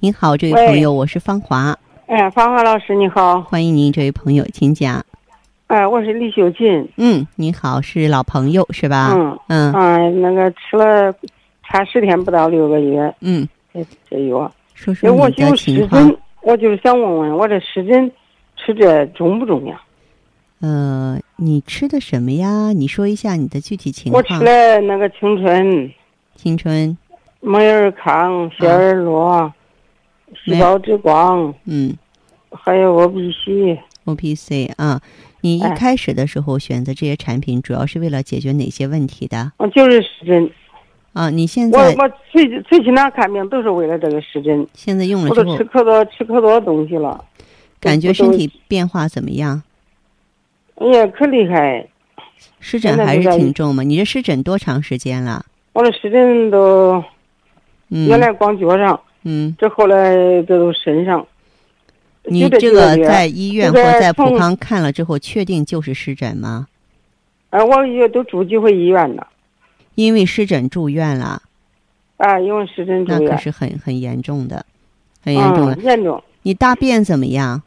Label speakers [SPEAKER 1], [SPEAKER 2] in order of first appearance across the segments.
[SPEAKER 1] 您好，这位朋友，我是芳华，
[SPEAKER 2] 哎，芳华老师你好，
[SPEAKER 1] 欢迎您，这位朋友，请讲。
[SPEAKER 2] 哎，我是李秀琴，
[SPEAKER 1] 嗯，您好，是老朋友是吧？
[SPEAKER 2] 嗯
[SPEAKER 1] 嗯
[SPEAKER 2] 哎，那个吃了差十天不到六个月，
[SPEAKER 1] 嗯，
[SPEAKER 2] 这这药，
[SPEAKER 1] 说
[SPEAKER 2] 哎
[SPEAKER 1] 说
[SPEAKER 2] 我
[SPEAKER 1] 你
[SPEAKER 2] 有
[SPEAKER 1] 的
[SPEAKER 2] 湿
[SPEAKER 1] 情况。
[SPEAKER 2] 疹，我就是想问问我这湿疹吃这重不重要？
[SPEAKER 1] 呃，你吃的什么呀？你说一下你的具体情
[SPEAKER 2] 我
[SPEAKER 1] 况。
[SPEAKER 2] 吃了那个青春、
[SPEAKER 1] 青春，
[SPEAKER 2] 美尔康、雪
[SPEAKER 1] 啊
[SPEAKER 2] 尔洛、细胞之光，
[SPEAKER 1] 嗯
[SPEAKER 2] 还有我必须
[SPEAKER 1] ，OPC 啊。你一
[SPEAKER 2] 哎
[SPEAKER 1] 开始的时候选择这些产品，主要是为了解决哪些问题的
[SPEAKER 2] 我就是湿疹，
[SPEAKER 1] 啊？你现
[SPEAKER 2] 我
[SPEAKER 1] 在
[SPEAKER 2] 我最最起那看病都是为了这个湿疹，
[SPEAKER 1] 现在用了
[SPEAKER 2] 我
[SPEAKER 1] 之
[SPEAKER 2] 都
[SPEAKER 1] 后
[SPEAKER 2] 吃，可多吃可多东西了，
[SPEAKER 1] 嗯感觉
[SPEAKER 2] 我都
[SPEAKER 1] 身体变化怎么样？
[SPEAKER 2] 哎呀可厉害，
[SPEAKER 1] 湿疹
[SPEAKER 2] 现在
[SPEAKER 1] 还是
[SPEAKER 2] 比较
[SPEAKER 1] 挺重吗？你这湿疹多长时间了？
[SPEAKER 2] 我这湿疹都
[SPEAKER 1] 嗯
[SPEAKER 2] 原来光脚上，
[SPEAKER 1] 嗯，
[SPEAKER 2] 这后来这都身上。
[SPEAKER 1] 你
[SPEAKER 2] 就
[SPEAKER 1] 这
[SPEAKER 2] 几
[SPEAKER 1] 个
[SPEAKER 2] 月
[SPEAKER 1] 在医院或
[SPEAKER 2] 就在
[SPEAKER 1] 在普
[SPEAKER 2] 从
[SPEAKER 1] 康看了之后，确定就是湿疹吗？
[SPEAKER 2] 啊，我也都住几回医院了，
[SPEAKER 1] 因为湿疹住院了，
[SPEAKER 2] 啊，因为湿疹住
[SPEAKER 1] 那
[SPEAKER 2] 院
[SPEAKER 1] 可，是很很严重的，很严重了。
[SPEAKER 2] 嗯，严重。
[SPEAKER 1] 你大便怎么样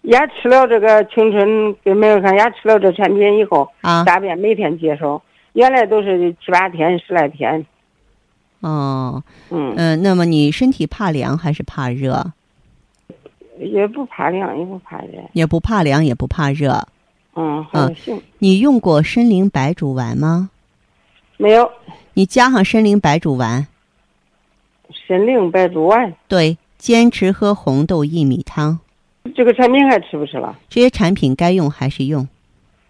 [SPEAKER 2] 也吃了这个青春跟没有看，也吃了这产品以后，
[SPEAKER 1] 啊？
[SPEAKER 2] 大便每天接收，原来都是七八天、十来天。
[SPEAKER 1] 哦，
[SPEAKER 2] 嗯，
[SPEAKER 1] 嗯、那么你身体怕凉还是怕热？
[SPEAKER 2] 也不怕凉，也不怕热，
[SPEAKER 1] 也不怕凉，也不怕热。
[SPEAKER 2] 嗯，
[SPEAKER 1] 啊
[SPEAKER 2] 还行。
[SPEAKER 1] 你用过参苓白术丸吗？
[SPEAKER 2] 没有
[SPEAKER 1] 你加上参苓白术丸，
[SPEAKER 2] 参苓白术丸，
[SPEAKER 1] 对，坚持喝红豆薏米汤，
[SPEAKER 2] 这个产品还吃不吃了？
[SPEAKER 1] 这些产品该用还是用。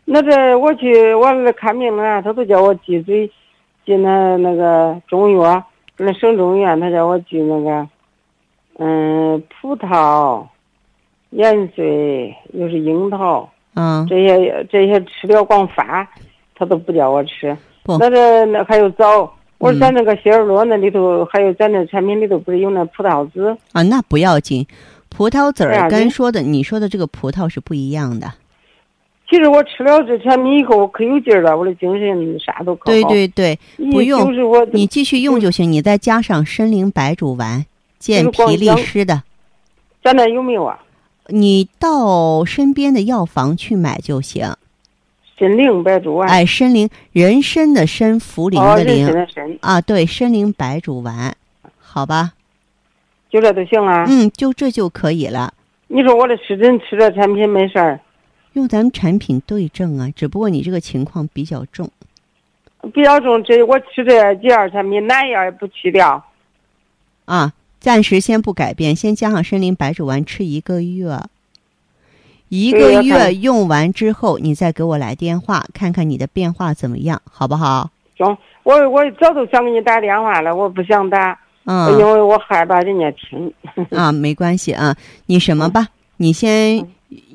[SPEAKER 2] 那这我去我那看病了，他都叫我脊椎，进那那个中药，那省中医院，他叫我去那个，嗯，葡萄、盐水，又是樱桃。
[SPEAKER 1] 啊、
[SPEAKER 2] 这些这些吃了光发，他都不叫我吃。
[SPEAKER 1] 不
[SPEAKER 2] 那这那还有枣，我
[SPEAKER 1] 嗯
[SPEAKER 2] 说咱那个雪尔罗那里头，还有咱那产品里头不是有那葡萄籽？
[SPEAKER 1] 啊，那不要紧。葡萄籽
[SPEAKER 2] 对
[SPEAKER 1] 儿
[SPEAKER 2] 啊
[SPEAKER 1] 跟
[SPEAKER 2] 您
[SPEAKER 1] 说的你说的这个葡萄是不一样的。
[SPEAKER 2] 其实我吃了这产品以后，可有劲儿了，我的精神啥都可好。
[SPEAKER 1] 对对对，
[SPEAKER 2] 一
[SPEAKER 1] 不用
[SPEAKER 2] 就是我
[SPEAKER 1] 你继续用就行，你再加上参苓白术丸，健
[SPEAKER 2] 就是
[SPEAKER 1] 脾
[SPEAKER 2] 光
[SPEAKER 1] 利
[SPEAKER 2] 姜
[SPEAKER 1] 湿的。
[SPEAKER 2] 咱那有没有啊？
[SPEAKER 1] 你到身边的药房去买就行。
[SPEAKER 2] 参苓白术丸，
[SPEAKER 1] 哎，参苓人参的参，茯苓
[SPEAKER 2] 啊哦，
[SPEAKER 1] 的
[SPEAKER 2] 人
[SPEAKER 1] 苓
[SPEAKER 2] 参的参，
[SPEAKER 1] 啊，对，参苓白术丸，好吧，
[SPEAKER 2] 就这都行了。
[SPEAKER 1] 嗯，就这就可以了。
[SPEAKER 2] 你说我这湿疹吃这产品没事儿，
[SPEAKER 1] 用咱们产品对症啊，只不过你这个情况比较重，
[SPEAKER 2] 比较重这我吃这几样产品，哪一样也不去掉。
[SPEAKER 1] 啊，暂时先不改变，先加上参苓白术丸吃一个月，一
[SPEAKER 2] 对
[SPEAKER 1] 个
[SPEAKER 2] 要
[SPEAKER 1] 月
[SPEAKER 2] 看
[SPEAKER 1] 用完之后，你再给我来电话，看看你的变化怎么样，好不好？
[SPEAKER 2] 中，我我早都想给你打电话了，我不想打。因
[SPEAKER 1] 嗯
[SPEAKER 2] 为我害怕人家听。
[SPEAKER 1] 啊，没关系啊，你什么吧，你先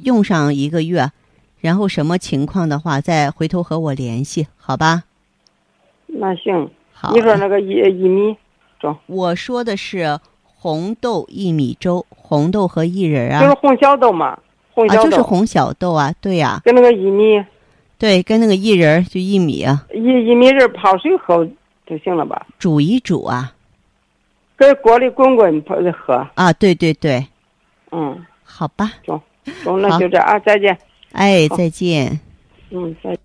[SPEAKER 1] 用上一个月，然后什么情况的话再回头和我联系，好吧？
[SPEAKER 2] 那行，
[SPEAKER 1] 好，
[SPEAKER 2] 你说那个薏薏米，
[SPEAKER 1] 我说的是红豆薏米粥，红豆和薏仁
[SPEAKER 2] 就是
[SPEAKER 1] 啊，
[SPEAKER 2] 红小豆嘛，红
[SPEAKER 1] 啊
[SPEAKER 2] 小
[SPEAKER 1] 就是
[SPEAKER 2] 豆、
[SPEAKER 1] 红小豆啊，对呀、
[SPEAKER 2] 跟那个薏米，
[SPEAKER 1] 对，跟那个薏仁儿就薏米啊。
[SPEAKER 2] 薏薏米仁泡水喝就行了吧？
[SPEAKER 1] 煮一煮啊
[SPEAKER 2] 搁锅里滚滚泡着喝，
[SPEAKER 1] 啊，对对对，
[SPEAKER 2] 嗯，
[SPEAKER 1] 好吧，
[SPEAKER 2] 中
[SPEAKER 1] 好
[SPEAKER 2] 那就这啊，再见，
[SPEAKER 1] 哎，
[SPEAKER 2] 好
[SPEAKER 1] 再见。
[SPEAKER 2] 嗯，再见。